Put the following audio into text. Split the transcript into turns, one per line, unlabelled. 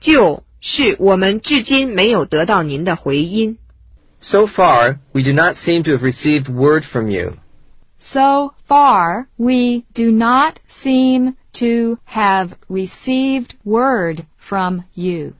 就是我们至今没有得到您的回音。
So far, we do not seem to have received word from you.
So far, we do not seem to have received word from you.